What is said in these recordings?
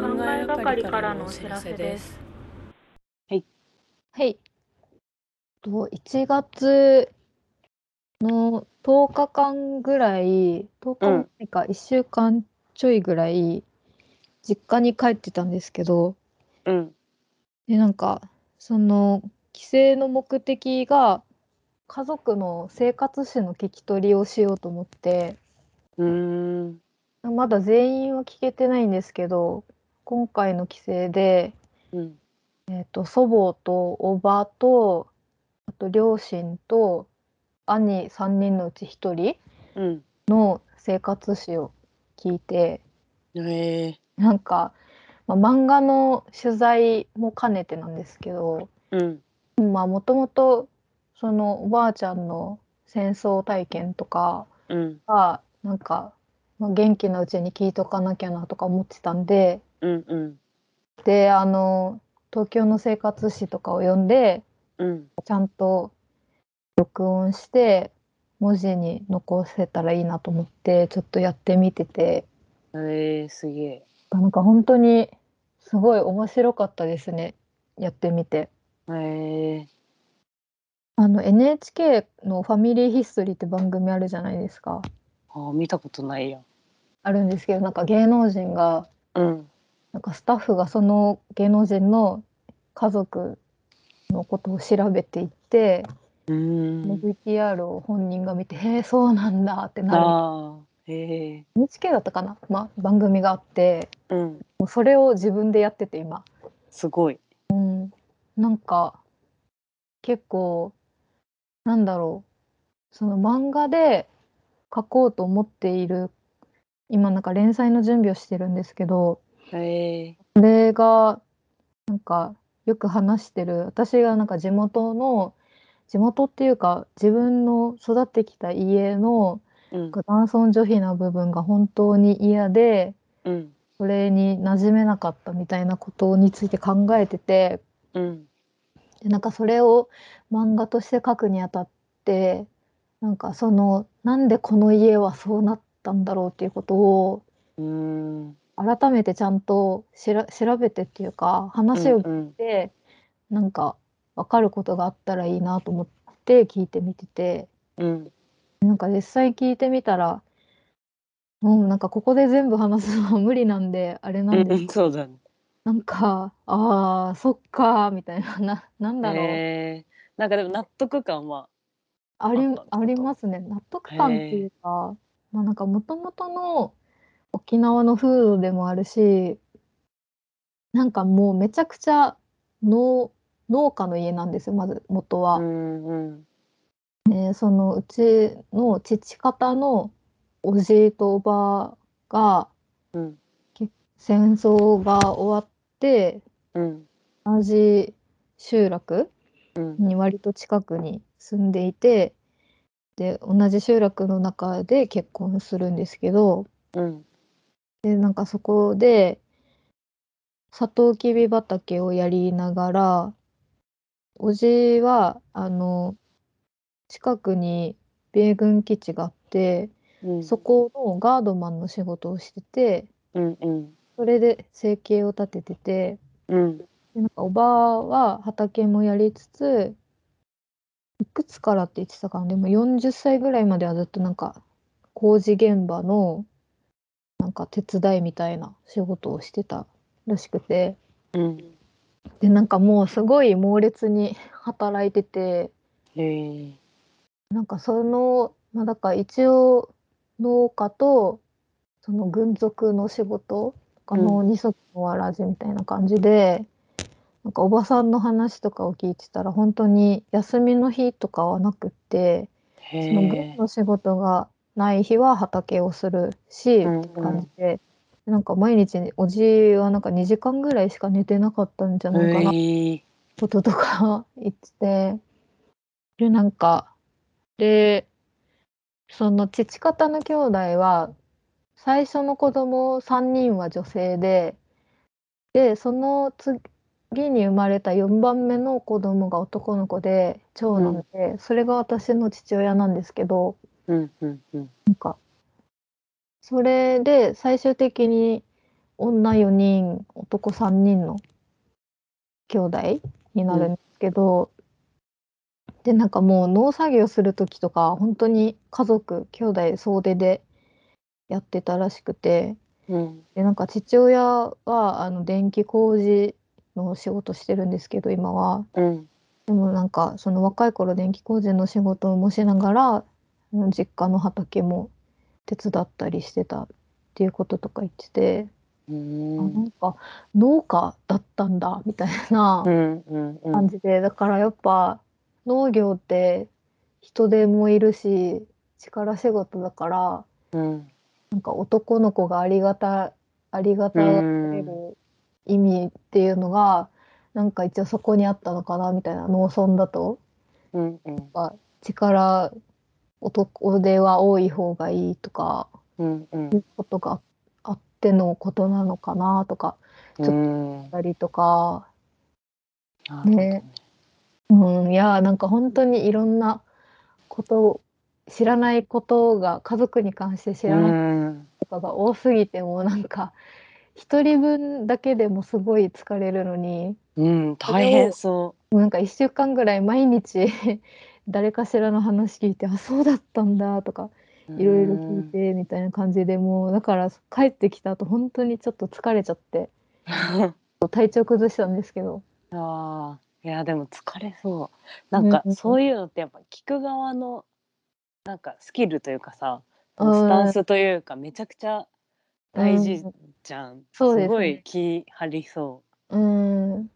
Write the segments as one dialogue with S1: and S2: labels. S1: 係からのお知らせです。
S2: はい。と1月の10日間ぐらい、10日もないか、1週間ちょいぐらい、実家に帰ってたんですけど、
S3: うん。
S2: で、なんか、その、帰省の目的が、家族の生活史の聞き取りをしようと思って、
S3: うーん。
S2: まだ全員は聞けてないんですけど、今回の帰省で、
S3: うん。
S2: えっと、祖母と叔母とあと両親と兄3人のうち1人
S3: うん。
S2: の生活史を聞いて
S3: へえ。
S2: なんか、まあ、漫画の取材も兼ねてなんですけど
S3: うん。
S2: まあもともとそのおばあちゃんの戦争体験とか
S3: うん。
S2: がなんか、まあ、元気なうちに聞いとかなきゃなとか思ってたんで
S3: うん。うん。
S2: であの東京の生活史とかを読んで。
S3: うん。
S2: ちゃんと録音して文字に残せたらいいなと思ってちょっとやってみてて
S3: へえ、すげえ。
S2: なんか本当にすごい面白かったですねやってみて
S3: へえ。
S2: あの NHK の「ファミリーヒストリー」って番組あるじゃないですか
S3: あ、見たことないやん。
S2: あるんですけどなんか芸能人が
S3: うん。
S2: なんかスタッフがその芸能人の家族のことを調べていって、
S3: うーん。
S2: VTR を本人が見て「へえそうなんだ」ってなる
S3: ああ。へえ。
S2: NHK だったかな、まあ、番組があって
S3: うん。
S2: もうそれを自分でやってて今
S3: すごい。
S2: なんか結構なんだろうその漫画で書こうと思っている今なんか連載の準備をしてるんですけど
S3: へえ。
S2: それがなんかよく話してる私がなんか地元の地元っていうか自分の育ってきた家の
S3: うん。
S2: 男尊女卑な部分が本当に嫌で
S3: うん。
S2: それに馴染めなかったみたいなことについて考えてて
S3: うん。
S2: でなんかそれを漫画として書くにあたってなんかそのなんでこの家はそうなったんだろうっていうことを
S3: うーん。
S2: 改めてちゃんとしら調べてっていうか話を
S3: う
S2: 聞い
S3: ん。
S2: て、なんか分かることがあったらいいなと思って聞いてみてて
S3: うん。
S2: なんか実際聞いてみたらもうなんかここで全部話すのは無理なんであれな
S3: うん
S2: ですけど
S3: ん。そうだね。
S2: なんか、ああ、そっかー、みたいな、な、なんだろう。
S3: へえ。なんかでも納得感は。
S2: あり
S3: あった、
S2: ありますね。納得感っていうか、まあなんかもともとの沖縄の風土でもあるし、なんかもうめちゃくちゃ農、農家の家なんですよ、まず元
S3: う
S2: は。
S3: ん。うん。
S2: ねそのうちの父方のおじいとおばが
S3: うん。
S2: 戦争が終わって、
S3: うん。
S2: 同じ集落
S3: うん。
S2: に割と近くに住んでいてで同じ集落の中で結婚するんですけど
S3: うん。
S2: でなんかそこでサトウキビ畑をやりながらおじはあの近くに米軍基地があって
S3: うん。
S2: そこのガードマンの仕事をしてて
S3: うん。うん。
S2: それで生計を立ててて。
S3: うん。
S2: でなんかおばあは畑もやりつついくつからって言ってたかなでも40歳ぐらいまではずっとなんか工事現場のなんか手伝いみたいな仕事をしてたらしくて
S3: うん。
S2: でなんかもうすごい猛烈に働いてて
S3: へえ。
S2: なんかそのまあだから一応農家とその軍属の仕事とかの二足のわらじみたいな感じで、なんかおばさんの話とかを聞いてたら本当に休みの日とかはなくって
S3: へ
S2: その軍
S3: え。
S2: の仕事がない日は畑をするし、
S3: うん
S2: って感じで。なんか毎日おじはなんか2時間ぐらいしか寝てなかったんじゃないかな
S3: へえ。
S2: こととか言っててでなんかでその父方の兄弟は最初の子供3人は女性ででその次に生まれた4番目の子供が男の子で長男で、それが私の父親なんですけど
S3: うん。うん。うん。
S2: なんかそれで最終的に女4人男3人の兄弟になるんですけど、でなんかもう農作業する時とか本当に家族兄弟総出でやってたらしくて
S3: うん
S2: でなんか父親はあの電気工事の仕事してるんですけど今は
S3: うん
S2: でもなんかその若い頃電気工事の仕事もしながらあの実家の畑も手伝ったりしてたっていうこととか言ってて、
S3: うん
S2: あなんか農家だったんだみたいな
S3: うんうんうん
S2: 感じで、だからやっぱ農業って人手もいるし力仕事だから
S3: うん
S2: なんか男の子がありがたありがたがられる意味っていうのが、なんか一応そこにあったのかなみたいな農村だと。
S3: うんうん
S2: 力男手は多い方がいいとか
S3: うんうん
S2: ことがあってのことなのかなとかちょっと
S3: うん
S2: たりとか、
S3: なるほどね
S2: うん、いやーなんか本当にいろんなこと知らないことが家族に関して知らないことが多すぎて、もうなんか一人分だけでもすごい疲れるのに
S3: うんうん大変そ
S2: なんか1週間ぐらい毎日 誰かしらの話聞いてあそうだったんだとか
S3: う
S2: いろいろ聞いてみたいな感じでもうだから帰ってきた後本当にちょっと疲れちゃって
S3: うん
S2: 体調崩したんですけど
S3: ああ、いやでも疲れそう。なんか
S2: うん
S3: そういうのってやっぱ聞く側のなんかスキルというかさ、ス
S2: うん
S3: タンスというかめちゃくちゃ大事
S2: うん
S3: じゃん。
S2: そうで
S3: す
S2: すね
S3: ごい気張りそう
S2: ーん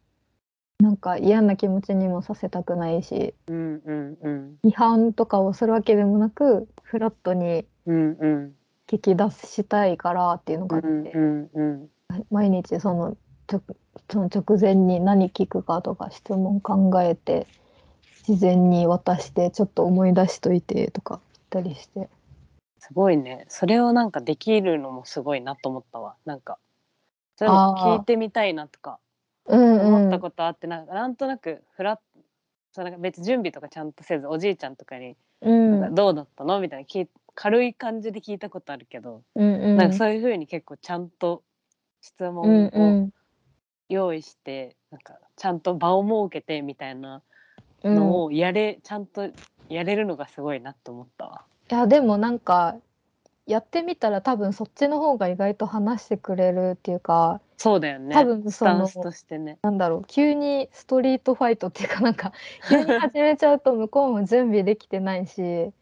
S2: なんか嫌な気持ちにもさせたくないし
S3: う。うんうんうん
S2: 違反とかをするわけでもなくフラットに
S3: うんうん
S2: 聞き出したいからっていうの
S3: う
S2: があって、
S3: んうんうん
S2: 毎日そのちょその直前に何聞くかとか質問考えて事前に渡してちょっと思い出しといてとか言ったりして。
S3: すごいね。それをなんかできるのもすごいなと思ったわ。なんかそういうの聞いてみたいなとか
S2: うんうん
S3: 思ったことあってなんかなんとなくフラッそうなんか別に準備とかちゃんとせずおじいちゃんとかに
S2: うん
S3: なんかどうだったのみたいな聞い軽い感じで聞いたことあるけど、
S2: うんうん
S3: なんかそういうふうに結構ちゃんと質
S2: うん
S3: 問
S2: う
S3: を
S2: ん
S3: 用意して、なんかちゃんと場を設けてみたいな
S2: うん
S3: のをやれ、ちゃんとやれるのがすごいなと思ったわ。
S2: いやでもなんかやってみたら多分そっちの方が意外と話してくれるっていうか
S3: そうだよね。
S2: 多分
S3: ス
S2: そ
S3: タ
S2: の
S3: ンスとしてね。
S2: なんだろう急にストリートファイトっていうかなんか 急に始めちゃうと向こうも準備できてないし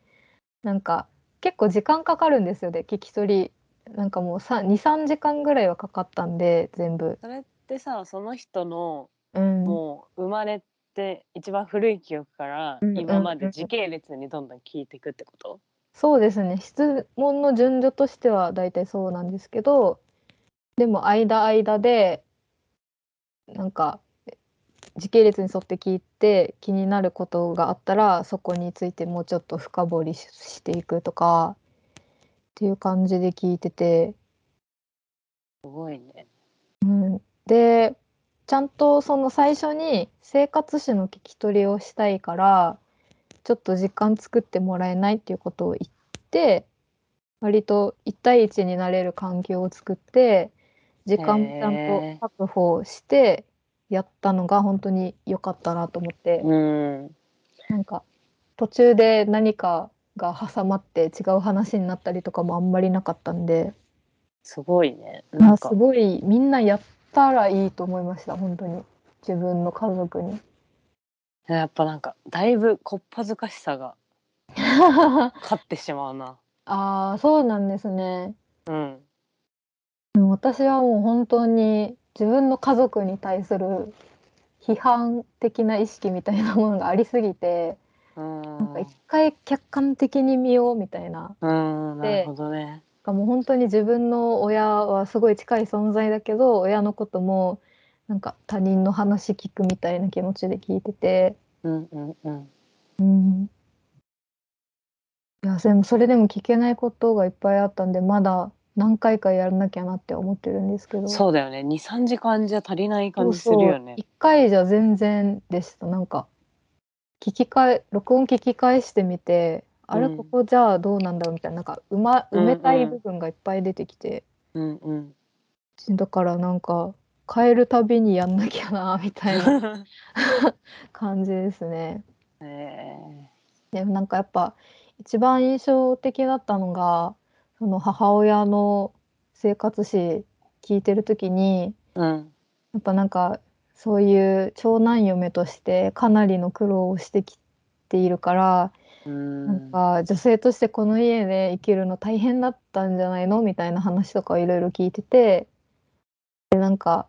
S2: なんか結構時間かかるんですよね聞き取りなんかもう23時間ぐらいはかかったんで全部。
S3: それってさその人の
S2: うん、
S3: もう生まれて一番古い記憶から
S2: うん
S3: 今まで時系列にどんどん聞いていくってこと、
S2: そうですね質問の順序としては大体そうなんですけどでも間間でなんか時系列に沿って聞いて気になることがあったらそこについてもうちょっと深掘りししていくとかっていう感じで聞いてて
S3: すごいね。
S2: でちゃんとその最初に生活史の聞き取りをしたいからちょっと時間作ってもらえないっていうことを言って割と1対1になれる環境を作って時間もちゃ
S3: へ
S2: ん
S3: ー
S2: と確保してやったのが本当に良かったなと思って
S3: うん
S2: なんか途中で何かが挟まって違う話になったりとかもあんまりなかったんで。
S3: すごいね。
S2: い
S3: な
S2: や
S3: ん
S2: す
S3: か
S2: ごいみんなやったらいいと思いました本当に自分の家族に
S3: やっぱなんかだいぶこっぱずかしさ が勝ってしまうな。
S2: ああそうなんですね
S3: うん。
S2: でも私はもう本当に自分の家族に対する批判的な意識みたいなものがありすぎて
S3: うん。
S2: なんか一回客観的に見ようみたいな
S3: うん。なるほどね。
S2: なんかもう本当に自分の親はすごい近い存在だけど親のこともなんか他人の話聞くみたいな気持ちで聞いてて。
S3: うんうんうん。
S2: うんいやでもそれでも聞けないことがいっぱいあったんでまだ何回かやらなきゃなって思ってるんですけど
S3: そうだよね。二三時間じゃ足りない感じするよね。
S2: 1回じゃ全然でしたなんか聞き返録音聞き返してみてあれ
S3: うん
S2: ここじゃあどうなんだろうみたいななんか埋,、ま、埋めたい部分がいっぱい出てきて、
S3: うんうん。
S2: だからなんか変えるたびにやんなきゃなみたいな感じですね。
S3: えー
S2: でもなんかやっぱ一番印象的だったのがその母親の生活史聞いてる時に
S3: うん
S2: やっぱなんかそういう長男嫁としてかなりの苦労をしてきているから、
S3: うん
S2: なんか女性としてこの家で生きるの大変だったんじゃないのみたいな話とかいろいろ聞いててでなんか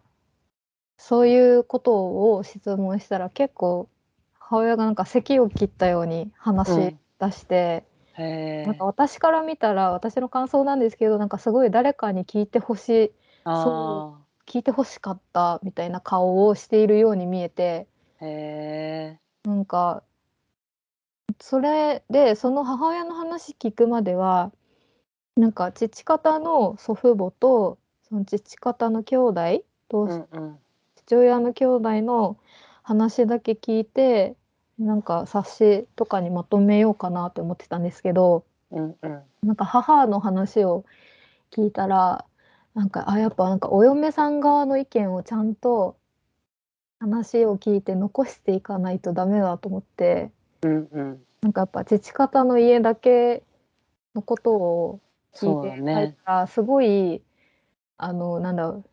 S2: そういうことを質問したら結構母親がなんか咳を切ったように話し出して。
S3: へ
S2: なんか私から見たら私の感想なんですけどなんかすごい誰かに聞いてほしい
S3: あ
S2: 聞いてほしかったみたいな顔をしているように見えて
S3: ーへ
S2: なんかそれでその母親の話聞くまではなんか父方の祖父母とその父方の兄弟
S3: ー
S2: と
S3: うんうん
S2: 父親の兄弟の話だけ聞いてなんか冊子とかにまとめようかなって思ってたんですけど。
S3: うんうん
S2: なんか母の話を聞いたらなんかあやっぱなんかお嫁さん側の意見をちゃんと話を聞いて残していかないとダメだと思って
S3: うんうん
S2: なんかやっぱ父方の家だけのことを
S3: そう
S2: 聞
S3: だ
S2: いて書い
S3: ね
S2: たら、すごいあのなんだろう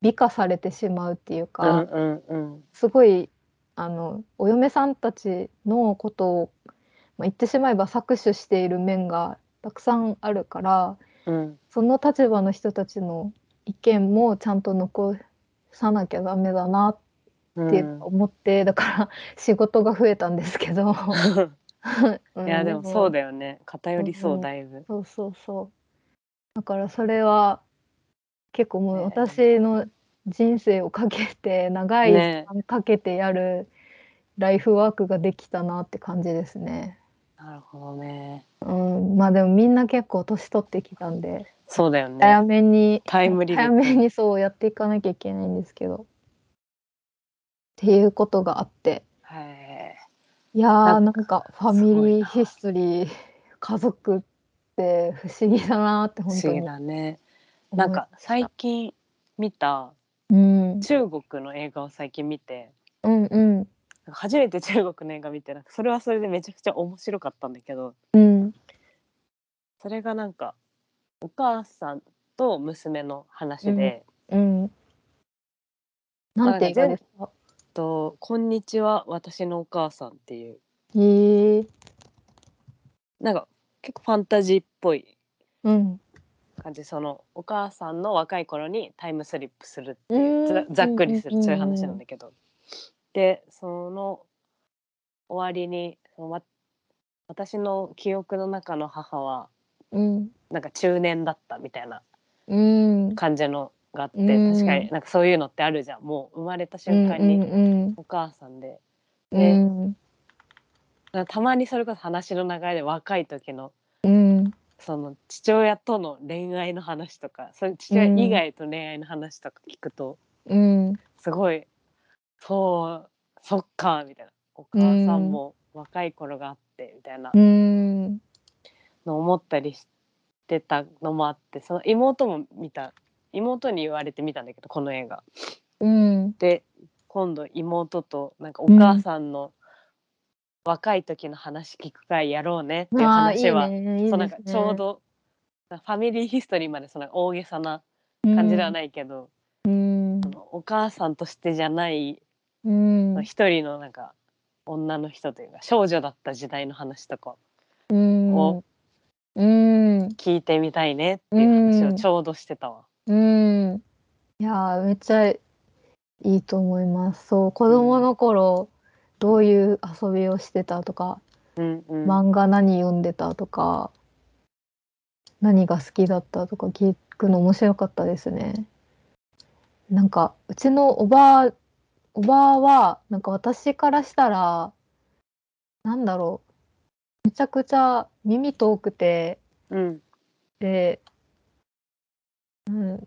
S2: 美化されてしまうっていう
S3: うん
S2: か、
S3: うん
S2: すごいあのお嫁さんたちのことを、まあ、言ってしまえば搾取している面がたくさんあるから
S3: うんうん
S2: その立場の人たちの意見もちゃんと残さなきゃダメだな
S3: うん
S2: って思って、だから仕事が増えたんですけど、うん
S3: いやでもそう
S2: で
S3: だよね偏りそううんだいぶ
S2: そうそうそうだからそれは結構もう
S3: ね
S2: 私の人生をかけて 長い時
S3: ね
S2: 間かけてやるライフワークができたなって感じですね。
S3: なるほどね
S2: うん、まあでもみんな結構年取ってきたんで、
S3: そうだよね
S2: 早めに
S3: タイムリミッ
S2: 早
S3: ト
S2: めにそうやっていかなきゃいけないんですけどっていうことがあって
S3: はい
S2: いやー
S3: な
S2: なんん
S3: か
S2: かファミリ
S3: す
S2: ー
S3: ごいな
S2: ヒストリー家族って不思議だなって
S3: 不
S2: 本当
S3: 思議
S2: に
S3: だね
S2: 思
S3: ないん
S2: ま
S3: か
S2: した
S3: 最近見た
S2: うん、
S3: 中国の映画を最近見て
S2: うんうん
S3: 初めて中国の映画見てなんかそれはそれでめちゃくちゃ面白かったんだけど
S2: うん
S3: それがなんかお母さんと娘の話で
S2: うんなんて映画ですか
S3: 「とこんにちは私のお母さん」っていう
S2: へえ
S3: なんか結構ファンタジーっぽい
S2: うん
S3: 感じそのお母さんの若い頃にタイムスリップするって
S2: う
S3: いうざ
S2: ーん
S3: ざっくりす
S2: うんうん
S3: る
S2: うん
S3: そういう話なんだけどでその終わりにそのわ私の記憶の中の母は
S2: うん
S3: なんか中年だったみたいな
S2: うん
S3: 感じのがあって
S2: うん
S3: 確かになんかそういうのってあるじゃんもう生まれた瞬間
S2: う
S3: に
S2: ん
S3: お母さんで
S2: うんうん
S3: なんかたまにそれこそ話の流れで若い時の
S2: うん
S3: その父親との恋愛の話とかそういう父親以外と恋愛の話とか聞くと
S2: うん
S3: すごいそうそっかみたいなお母さんも若い頃があってみたいな
S2: うん
S3: の思ったりしてたのもあってその妹も見た妹に言われて見たんだけどこの映画。
S2: うん
S3: で今度妹となんかお母さんの若い時の話聞く会やろうねっていう
S2: まあいい
S3: 話は、
S2: ねいい
S3: そうなん
S2: です
S3: か
S2: ね
S3: ちょうどファミリーヒストリーまでその大げさな感じではないけど、
S2: うん
S3: そのお母さんとしてじゃない
S2: うん
S3: 一人のなんか女の人というか少女だった時代の話とか
S2: うん
S3: を
S2: うん
S3: 聞いてみたいねっていう話をちょうどしてたわ。
S2: うんいやーめっちゃいいと思いますそう子供の頃どういう遊びをしてたとか
S3: うんうん
S2: 漫画何読んでたとか何が好きだったとか聞くの面白かったですね。なんかうちのおばあおばあはなんか私からしたらなんだろうめちゃくちゃ耳遠くて
S3: うん
S2: で、うん、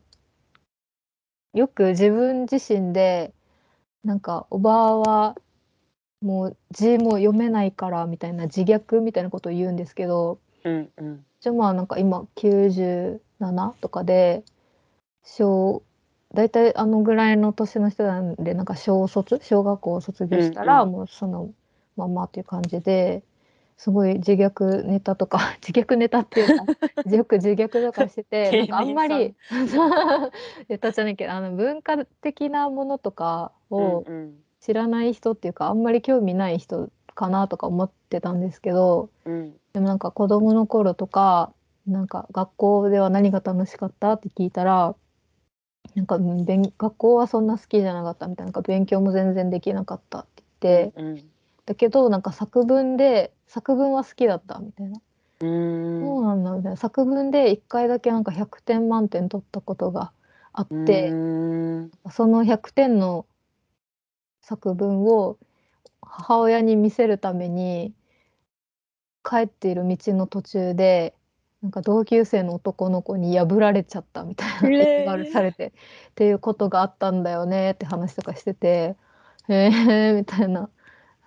S2: よく自分自身でなんかおばあはもう字も読めないからみたいな自虐みたいなことを言うんですけど
S3: うんうん
S2: じゃあまあなんか今97とかで小大体あのぐらいの年の人なんでなんか小卒小学校を卒業したら
S3: うん
S2: もうそのままっていう感じですごい自虐ネタとか 自虐ネタっていうかよく自虐とかして てなんかあんまりネタじゃ ないけどあの文化的なものとかを
S3: うんうん
S2: 知らない人っていうかあんまり興味ない人かなとか思ってたんですけど
S3: うん
S2: でもなんか子供の頃とかなんか学校では何が楽しかったって聞いたらなんかうん勉学校はそんな好きじゃなかったみたいななんか勉強も全然できなかったって言って
S3: うん
S2: だけどなんか作文で作文は好きだったみたいな、
S3: う
S2: そうんなんだみたいな作文で1回だけなんか100点満点取ったことがあっ
S3: うん
S2: て。
S3: うん
S2: その100点の作文を母親に見せるために帰っている道の途中でなんか同級生の男の子に破られちゃったみたいな
S3: えー
S2: エスバルされてっていうことがあったんだよねって話とかしててへえみたいな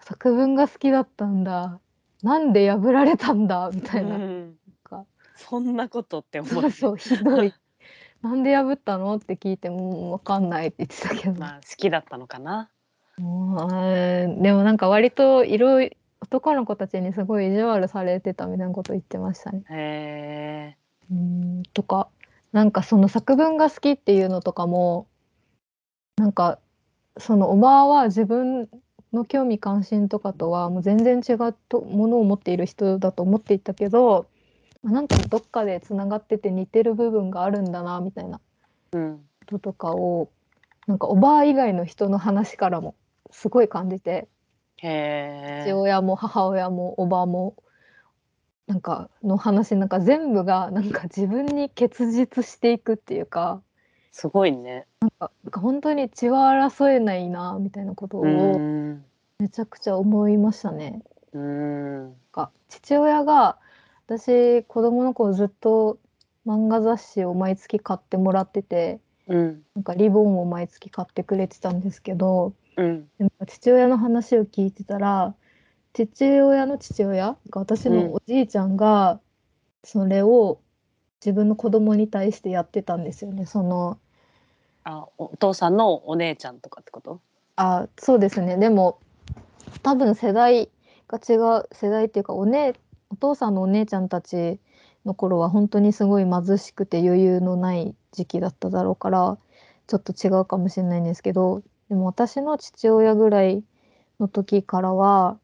S2: 作文が好きだったんだなんで破られたんだみたいななんか
S3: そんなことって思
S2: そう
S3: う
S2: そうひどいなんで破ったのって聞いても分かんないって言ってたけど。
S3: まあ好きだったのかな
S2: うんでもなんか割といろい男の子たちにすごい意地悪されてたみたいなこと言ってましたね。
S3: へえ
S2: うんとかなんかその作文が好きっていうのとかもなんかそのおばあは自分の興味関心とかとはもう全然違うとものを持っている人だと思っていたけどなんかどっかでつながってて似てる部分があるんだなみたいな
S3: うん
S2: こととかをなんかおばあ以外の人の話からもすごい感じて。
S3: へ
S2: 父
S3: え
S2: 親も母親もおばもなんかの話なんか全部がなんか自分に結実していくっていうか
S3: すごいね
S2: なんか本当に血は争えないなみたいなこ
S3: う
S2: とを
S3: ん
S2: めちゃくちゃ思いましたね。
S3: うん
S2: なんか父親が私子供の頃ずっと漫画雑誌を毎月買ってもらってて
S3: うん
S2: なんかリボンを毎月買ってくれてたんですけど
S3: うん
S2: でも父親の話を聞いてたら父親の父親が私のおじいちゃんがそれを自分の子供に対してやってたんですよね。その
S3: あお父さんのお姉ちゃんとかってこと
S2: あそうですねでも多分世代が違う世代っていうかお,、ね、お父さんのお姉ちゃんたちの頃は本当にすごい貧しくて余裕のない時期だっただろうからちょっと違うかもしれないんですけどでも私の父親ぐらいの時からは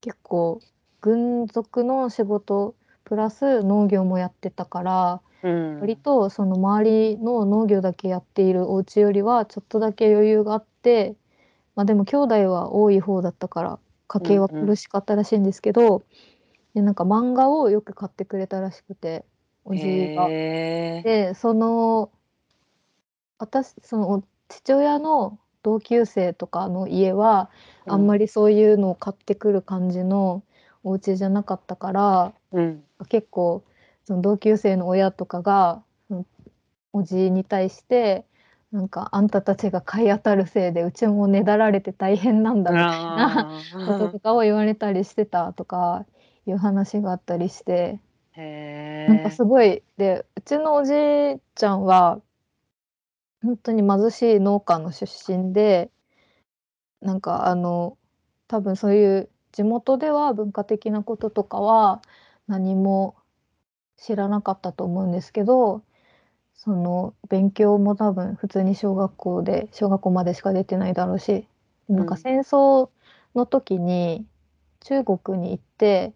S2: 結構軍属の仕事プラス農業もやってたから
S3: うん
S2: 割とその周りの農業だけやっているお家よりはちょっとだけ余裕があって、まあ、でも兄弟は多い方だったから家計は苦しかったらしいんですけど、でなんか漫画をよく買ってくれたらしくておじいが。
S3: へえ
S2: でその私その父親の同級生とかの家はあんまりそういうのを買ってくる感じのお家じゃなかったから。
S3: うん
S2: 結構その同級生の親とかがそのおじいに対してなんかあんたたちが買い当たるせいでうちもねだられて大変なんだみたいな
S3: あ
S2: こと
S3: ー
S2: とかを言われたりしてたとかいう話があったりして
S3: へ
S2: なんか
S3: え
S2: すごいでうちのおじいちゃんは本当に貧しい農家の出身でなんかあの多分そういう地元では文化的なこととかは何も知らなかったと思うんですけどその勉強も多分普通に小学校で小学校までしか出てないだろうしなん
S3: う
S2: か
S3: ん
S2: 戦争の時に中国に行って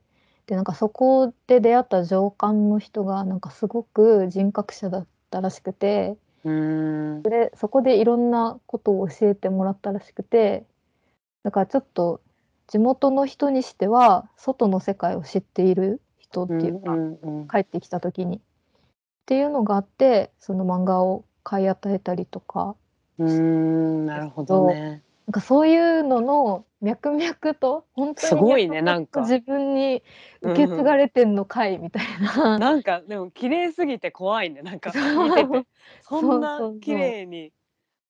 S2: でなんかそこで出会った上官の人がなんかすごく人格者だったらしくて。
S3: うん
S2: でそこでいろんなことを教えてもらったらしくてだからちょっと地元の人にしては外の世界を知っている人っていうか、
S3: うんうん
S2: 帰ってきた時にっていうのがあってその漫画を買い与えたりとか
S3: うんうんなるほどね
S2: なんかそういうのの脈々と本当に
S3: すごいねなんか
S2: 脈々と自分に受け継がれてんのかいみたい な、
S3: なんかでも綺麗すぎて怖いねなんか
S2: そう
S3: 見てて
S2: そう
S3: そんな
S2: そうそう
S3: 綺麗に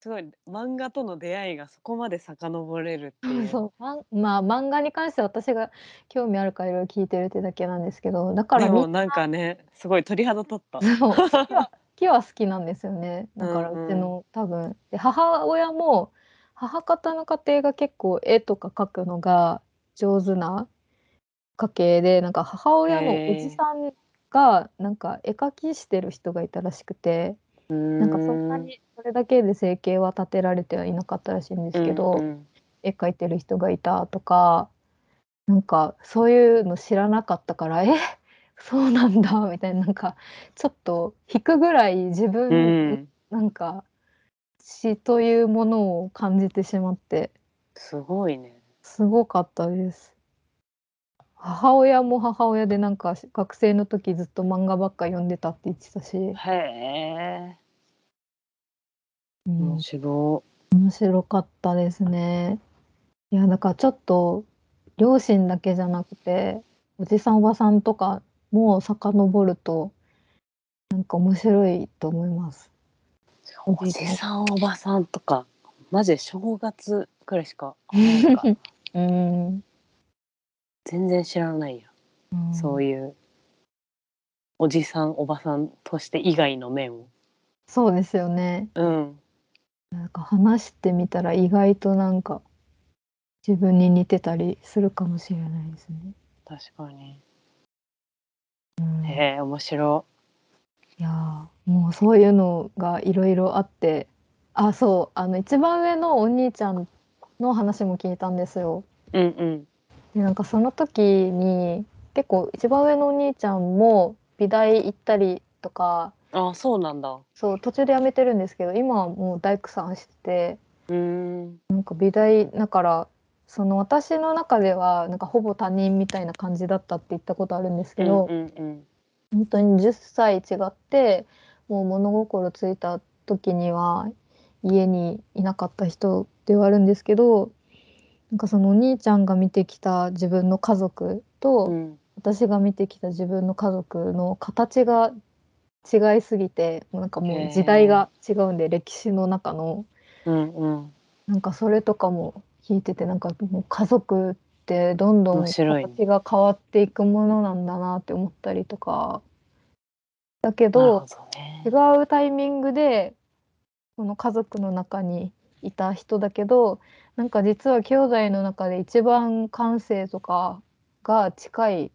S3: すごい漫画との出会いがそこまで遡れるっていう
S2: そうままあ漫画に関しては私が興味あるからいろいろ聞いてるってだけなんですけどだから
S3: で
S2: み
S3: もなんかねすごい鳥肌立った
S2: そう好きはきは好きなんですよねだから
S3: うんうん
S2: うちの、多分で母親も母方の家庭が結構絵とか描くのが上手な家系でなんか母親のおじさんがなんか絵描きしてる人がいたらしくて
S3: な
S2: なんかそんなにそれだけで生計は立てられてはいなかったらしいんですけど、絵描いてる人がいたとかなんかそういうの知らなかったからえそうなんだみたいななんかちょっと引くぐらい自
S3: う
S2: 分、
S3: ん、
S2: なんか詩というものを感じてしまって
S3: すごいね。
S2: すごかったです。母親も母親でなんか学生の時ずっと漫画ばっか読んでたって言ってたし、
S3: へえ。
S2: う
S3: 面
S2: ん、
S3: 白
S2: 面白かったですね。いやだからちょっと両親だけじゃなくておじさんおばさんとかも遡るとなんか面白いと思います。
S3: い。おじさんおばさんとかマジで正月くらいしかなんか
S2: うん、
S3: 全然知らないよ、そう
S2: い
S3: いうおじさんおばさんとして以外の面を。
S2: そうですよね。
S3: うん。
S2: なんか話してみたら意外となんか自分に似てたりするかもしれないですね。
S3: 確かに。
S2: うん、い
S3: へえ面白
S2: やーもうそういうのがいろいろあってあそうあの一番上のお兄ちゃんの話も聞いたんですよ。
S3: い。うんうん。
S2: でなんかその時に結構一番上のお兄ちゃんも美大行ったりとか
S3: あそうなんだ。う
S2: そう途中で辞めてるんですけど今はもう大工さんしてて
S3: ーん。
S2: なんか美大だからその私の中ではなんかほぼ他人みたいな感じだったって言ったことあるんです
S3: う
S2: け
S3: ん
S2: ど、
S3: うんうん。
S2: 本当に10歳違ってもう物心ついた時には家にいなかった人ではあるんですけどなんかそのお兄ちゃんが見てきた自分の家族と、
S3: うん
S2: 私が見てきた自分の家族の形が違いすぎてもうなんかもう時代が違うんで歴史の中の
S3: うんうん。
S2: なんかそれとかも聞いててなんかもう家族ってどんどん
S3: 面白いね
S2: 形が変わっていくものなんだなって思ったりとかだけ
S3: なる
S2: ど
S3: ほどね
S2: 違。うタイミングでこの家族の中にいた人だけどなんか実は兄弟の中で一番感性とかが近い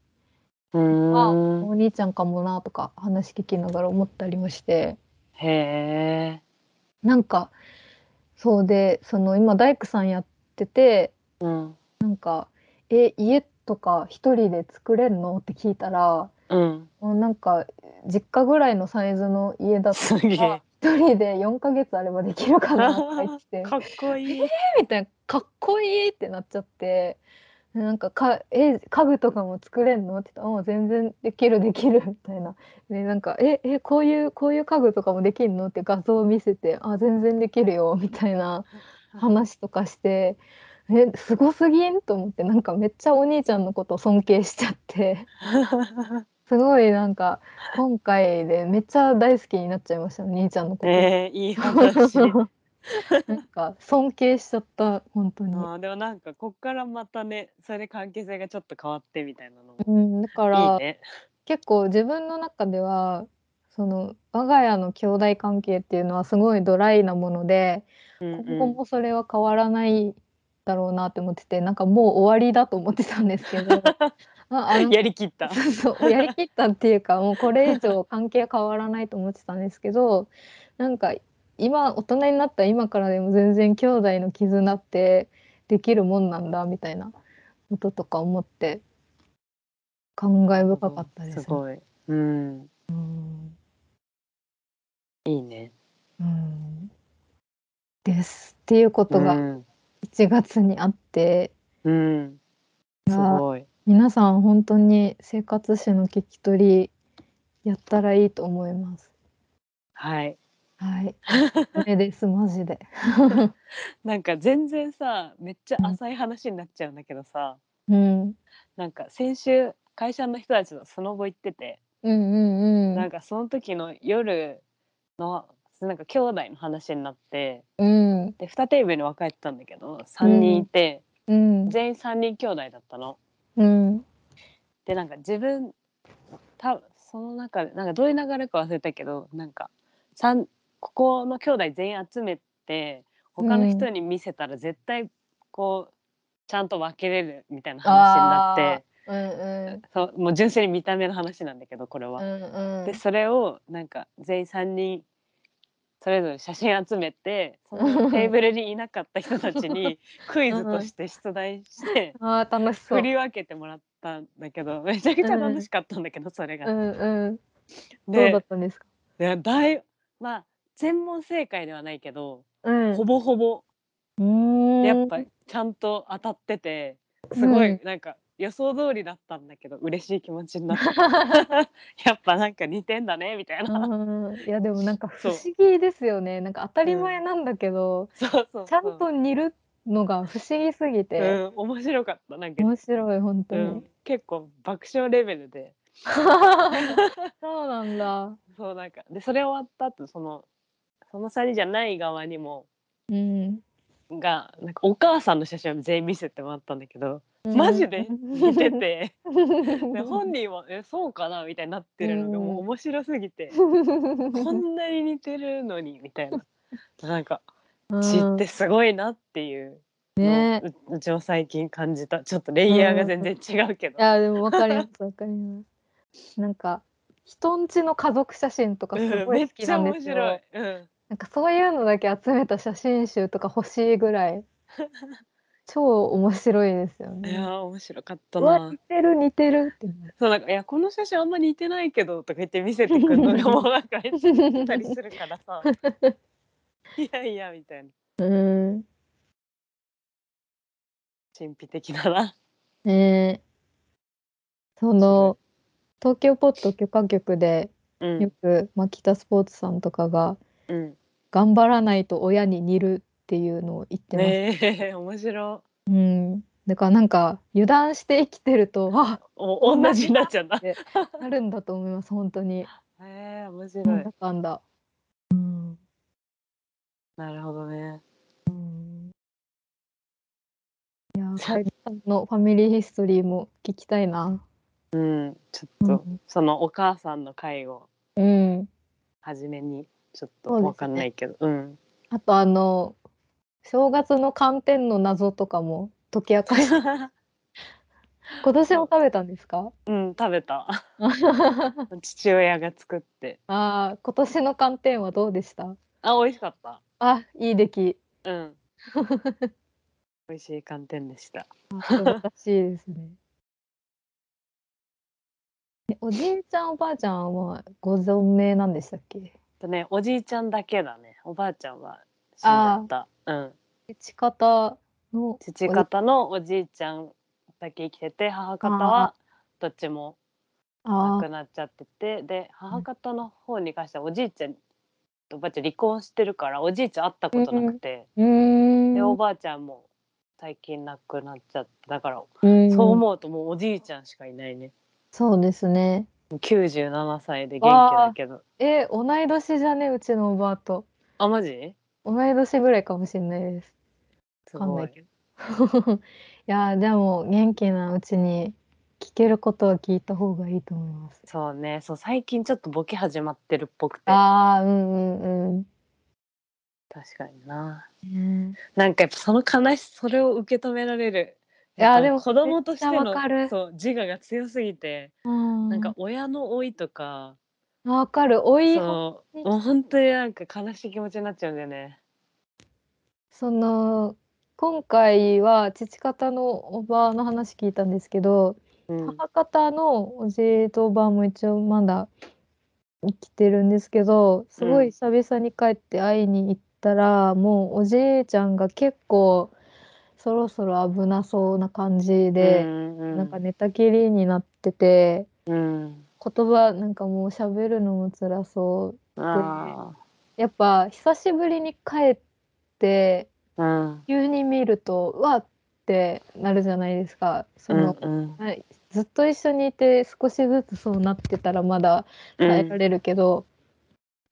S2: う
S3: ーん。
S2: お兄ちゃんかもなとか話聞きながら思ったりもして
S3: へえ。
S2: なんかそうでその今大工さんやってて
S3: うん。
S2: なんか「え家とか一人で作れるの?」って聞いたら
S3: うん。
S2: もうなんか実家ぐらいのサイズの家だった
S3: すげえ。
S2: ら一人で4ヶ月あればできるかなとか言ってて
S3: っこいい。
S2: みたいなかっこいいってなっちゃって。なんかかえ家具とかも作れんのって言ったらうん「全然できるできる」みたいなでなんか「ええこういうこういう家具とかもできんの?」って画像を見せて「あ全然できるよ」みたいな話とかして「えすごすぎん?」と思ってなんかめっちゃお兄ちゃんのことを尊敬しちゃってすごいなんか今回でめっちゃ大好きになっちゃいましたお兄ちゃんのこと。
S3: ええいい 話。
S2: なんか尊敬しちゃった本当に。
S3: ああでもなんかこっからまたねそれで関係性がちょっと変わってみたいなのも
S2: うん、だから
S3: いいね。
S2: 結構自分の中ではその我が家の兄弟関係っていうのはすごいドライなもので
S3: うん
S2: 今後もそれは変わらないだろうなって思っててなんかもう終わりだと思ってたんです けどああ
S3: うん
S2: の
S3: やりきった。
S2: そう そうやりきったっていうかもうこれ以上関係変わらないと思ってたんですけどなんか今大人になった今からでも全然兄弟の絆ってできるもんなんだみたいなこととか思って感慨深かったです
S3: すごい。うん。
S2: うん
S3: いいね。
S2: うんですっていうこと
S3: う
S2: が
S3: ん。
S2: 1月にあって、
S3: うん。すごい。
S2: 皆さん本当に生活史の聞き取りやったらいいと思います。
S3: はい。
S2: はい、ダメですマジで。
S3: なんか全然さめっちゃ浅い話になっちゃうんだけどさ、
S2: うん、
S3: なんか先週会社の人たちのその後行ってて、
S2: うんうんうん。
S3: なんかその時の夜のなんか兄弟の話になって
S2: うん
S3: で2テーブルに分かれてたんだけど3人いて、
S2: うん
S3: 全員3人兄弟だったの。
S2: うん
S3: でなんか自分たその中でなんかどういう流れか忘れたけどなんか三ここの兄弟全員集めて他の人に見せたら絶対こうちゃんと分けれるみたいな話になって
S2: うんう
S3: そうもう純粋に見た目の話なんだけどこれは。
S2: んうんう
S3: でそれをなんか全員3人それぞれ写真集めてそのテーブルにいなかった人たちにクイズとして出題して
S2: ん。ああ楽しそう。
S3: 振り分けてもらったんだけどめ ちゃくちゃ楽しかったんだけどそれ
S2: う
S3: が。
S2: んうん。どうだ
S3: で
S2: ったんですか。
S3: いやだいまあ全問正解ではないけど
S2: うん
S3: ほぼほぼ
S2: うん。
S3: やっぱちゃんと当たっててすご
S2: う
S3: い
S2: ん
S3: なんか予想通りだったんだけど嬉しい気持ちになった やっぱなんか似てんだねみたいな。
S2: うんいやでもなんか不
S3: そう
S2: 思議ですよねなんか当たり前なんだけど、
S3: そうそうそう
S2: ちゃんと似るのが不思議すぎて、
S3: うん、面白かったなんか、
S2: 面白い本当
S3: う
S2: に、
S3: ん、結構爆笑レベルで
S2: そうなんだ
S3: そうなんかでそれ終わった後そのその3人じゃない側にも
S2: うん
S3: がなんかお母さんの写真を全員見せてもらったんだけど、マジ で似ててで本人は「えそうかな?」みたいになってるのがもう面白すぎ て、こんなに似てるのにみたいななんか血ってすごいなっていう
S2: うんね
S3: のをううちも最近感じたちょっとレイヤーが全然違うけど
S2: い。やでも分かります分かりますなんか人んちの家族写真とかす
S3: うん
S2: ご
S3: め
S2: い
S3: っ
S2: 好き
S3: ち
S2: な
S3: ゃ
S2: ん
S3: 面
S2: ですよ、
S3: 白い。うん
S2: なんかそういうのだけ集めた写真集とか欲しいぐら い超面白いですよ
S3: いや
S2: ね
S3: ー面白かった
S2: うわ
S3: な
S2: 似。てる似てるって
S3: そうなんかいやこの写真あんま似てないけどとか言って見せてくるのがもうなんかめっちゃ似てたりするからさ。いやいやみたいな
S2: うん
S3: 神秘的だな。
S2: ねえその東京ポット許可局で
S3: う
S2: よ
S3: ん
S2: く牧田スポーツさんとかが
S3: うん。
S2: 頑張らないと親に似るっていうのを言ってます、
S3: ねえ面白い。
S2: うんだからなんか油断して生きてると あ
S3: お同じになっちゃうな。
S2: じあるんだと思います本当に
S3: ええ面白い
S2: なん。だかんだ、うん、
S3: なるほどね。
S2: いやー楓さんのファミリーヒストリーも聞きたいな
S3: うんち
S2: う
S3: ょっと
S2: ん、
S3: そのお母さんの会を
S2: うん、
S3: 初めにちょっと
S2: そうですね
S3: わかんないけどうん。
S2: あとあの正月の寒天の謎とかも解き明かし 今年も食べたんですか
S3: うん食べた。
S2: あ
S3: 父親が作って。
S2: あ今年の寒天はどうでした
S3: あ美味しかった。
S2: あいい出来
S3: うん。美味しい寒天でした。
S2: あ素晴らしいですね。え おじいちゃんおばあちゃんはご存命なんでしたっけ
S3: とね、おじいちゃんだけだね。おばあちゃんは死んじゃった。うん。
S2: 父方の
S3: 父方のおじいちゃんだけ生きてて、母方はどっちも
S2: あ
S3: 亡く
S2: ー
S3: なっちゃってて、で、母方の方に関してはおじいちゃんとおばあちゃん離婚してるから、おじいちゃん会ったことなくて、
S2: うーん
S3: で、おばあちゃんも最近亡くなっちゃって、だから、
S2: うん
S3: そう思うともうおじいちゃんしかいないね。
S2: そうですね
S3: もう97歳で元気だけど。
S2: え同い年じゃねうちのおばあと
S3: あ、マジ
S2: 同い年ぐらいかもしれないです
S3: す
S2: わかん
S3: ご
S2: ない
S3: い。
S2: けいやーでも元気なうちに聞けることは聞いた方がいいと思います
S3: そうね、そう最近ちょっとボケ始まってるっぽくて、
S2: ああうんうんう
S3: 確かにな。
S2: ん、ね
S3: なんかやっぱその悲しそれを受け止められる。
S2: いや
S3: なんか
S2: でも
S3: 子供として
S2: めっちゃわかる
S3: のそう自我が強すぎて、
S2: うん、
S3: なんか親の老いとか、
S2: わかる老い
S3: そう
S2: 本当に
S3: もう本当になんか悲しい気持ちになっちゃうんだよね。
S2: その今回は父方のおばの話聞いたんですけど、
S3: うん、
S2: 母方のおじいとおばも一応まだ生きてるんですけどすご
S3: う
S2: い
S3: ん
S2: 久々に帰って会いに行ったら、もうおじいちゃんが結構そろそろ危なそうな感じ
S3: う
S2: で、
S3: んうん、
S2: なんか寝たきりになってて
S3: うん、
S2: 言葉なんかもう喋るのも辛そう
S3: あ
S2: やっぱ久しぶりに帰って
S3: あ、うん、
S2: 急に見るとうわってなるじゃないですかその、
S3: うん
S2: はいずっと一緒にいて少しずつそうなってたらまだ
S3: うん、
S2: 耐えられるけど、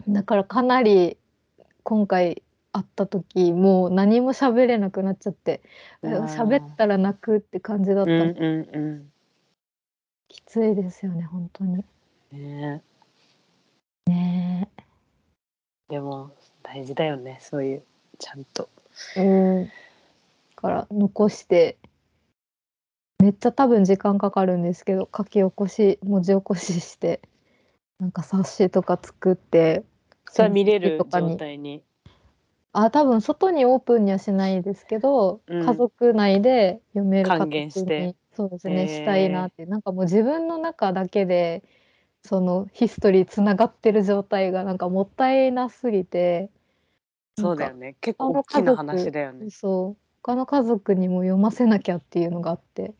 S2: だからかなり今回会った時もう何も喋れなくなっちゃってえ
S3: うん
S2: 喋ったら泣くって感じだっ
S3: う
S2: た
S3: ん
S2: の、
S3: うん
S2: きついですよね本当に
S3: うん。ねえ
S2: ねえ
S3: でも大事だよねそういうちゃんと
S2: うん、だから残してめっちゃ多分時間かかるんですけど書き起こし文字起こししてなんか冊子とか作って
S3: それは見れる
S2: とかに
S3: 状態に
S2: あ多分外にオープンにはしないですけど、
S3: うん
S2: 家族内で読める
S3: 還元して
S2: そうですね、
S3: へー
S2: したいなってなんかもう自分の中だけでそのヒストリーつながってる状態がなんかもったいなすぎて
S3: そうだよね結構大きな話だよね
S2: そう他の家族にも読ませなきゃっていうのがあって、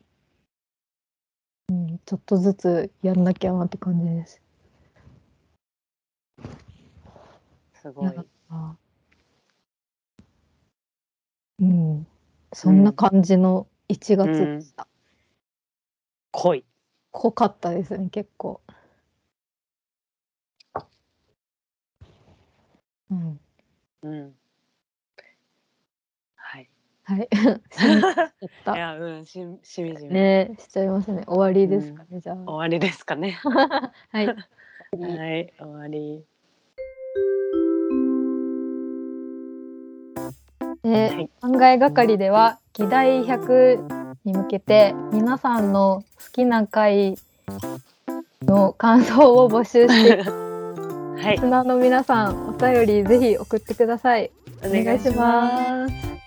S2: うん、ちょっとずつやんなきゃなって感じです。
S3: すごい
S2: あうん、そんな感じの1月でした、
S3: 濃い
S2: 濃かったですね結構。うん、
S3: うんはい
S2: はい。
S3: い
S2: た
S3: やうんししみじみ、
S2: ねしちゃいますね。終わりですかね、じゃ
S3: 終わりですかね
S2: あ。はい。
S3: はい終わり
S2: で
S3: はい
S2: 考えがかりでは議題100に向けて皆さんの好きな回の感想を募集してリ
S3: はい
S2: スナーの皆さんお便りぜひ送ってくお願いします
S3: お願いします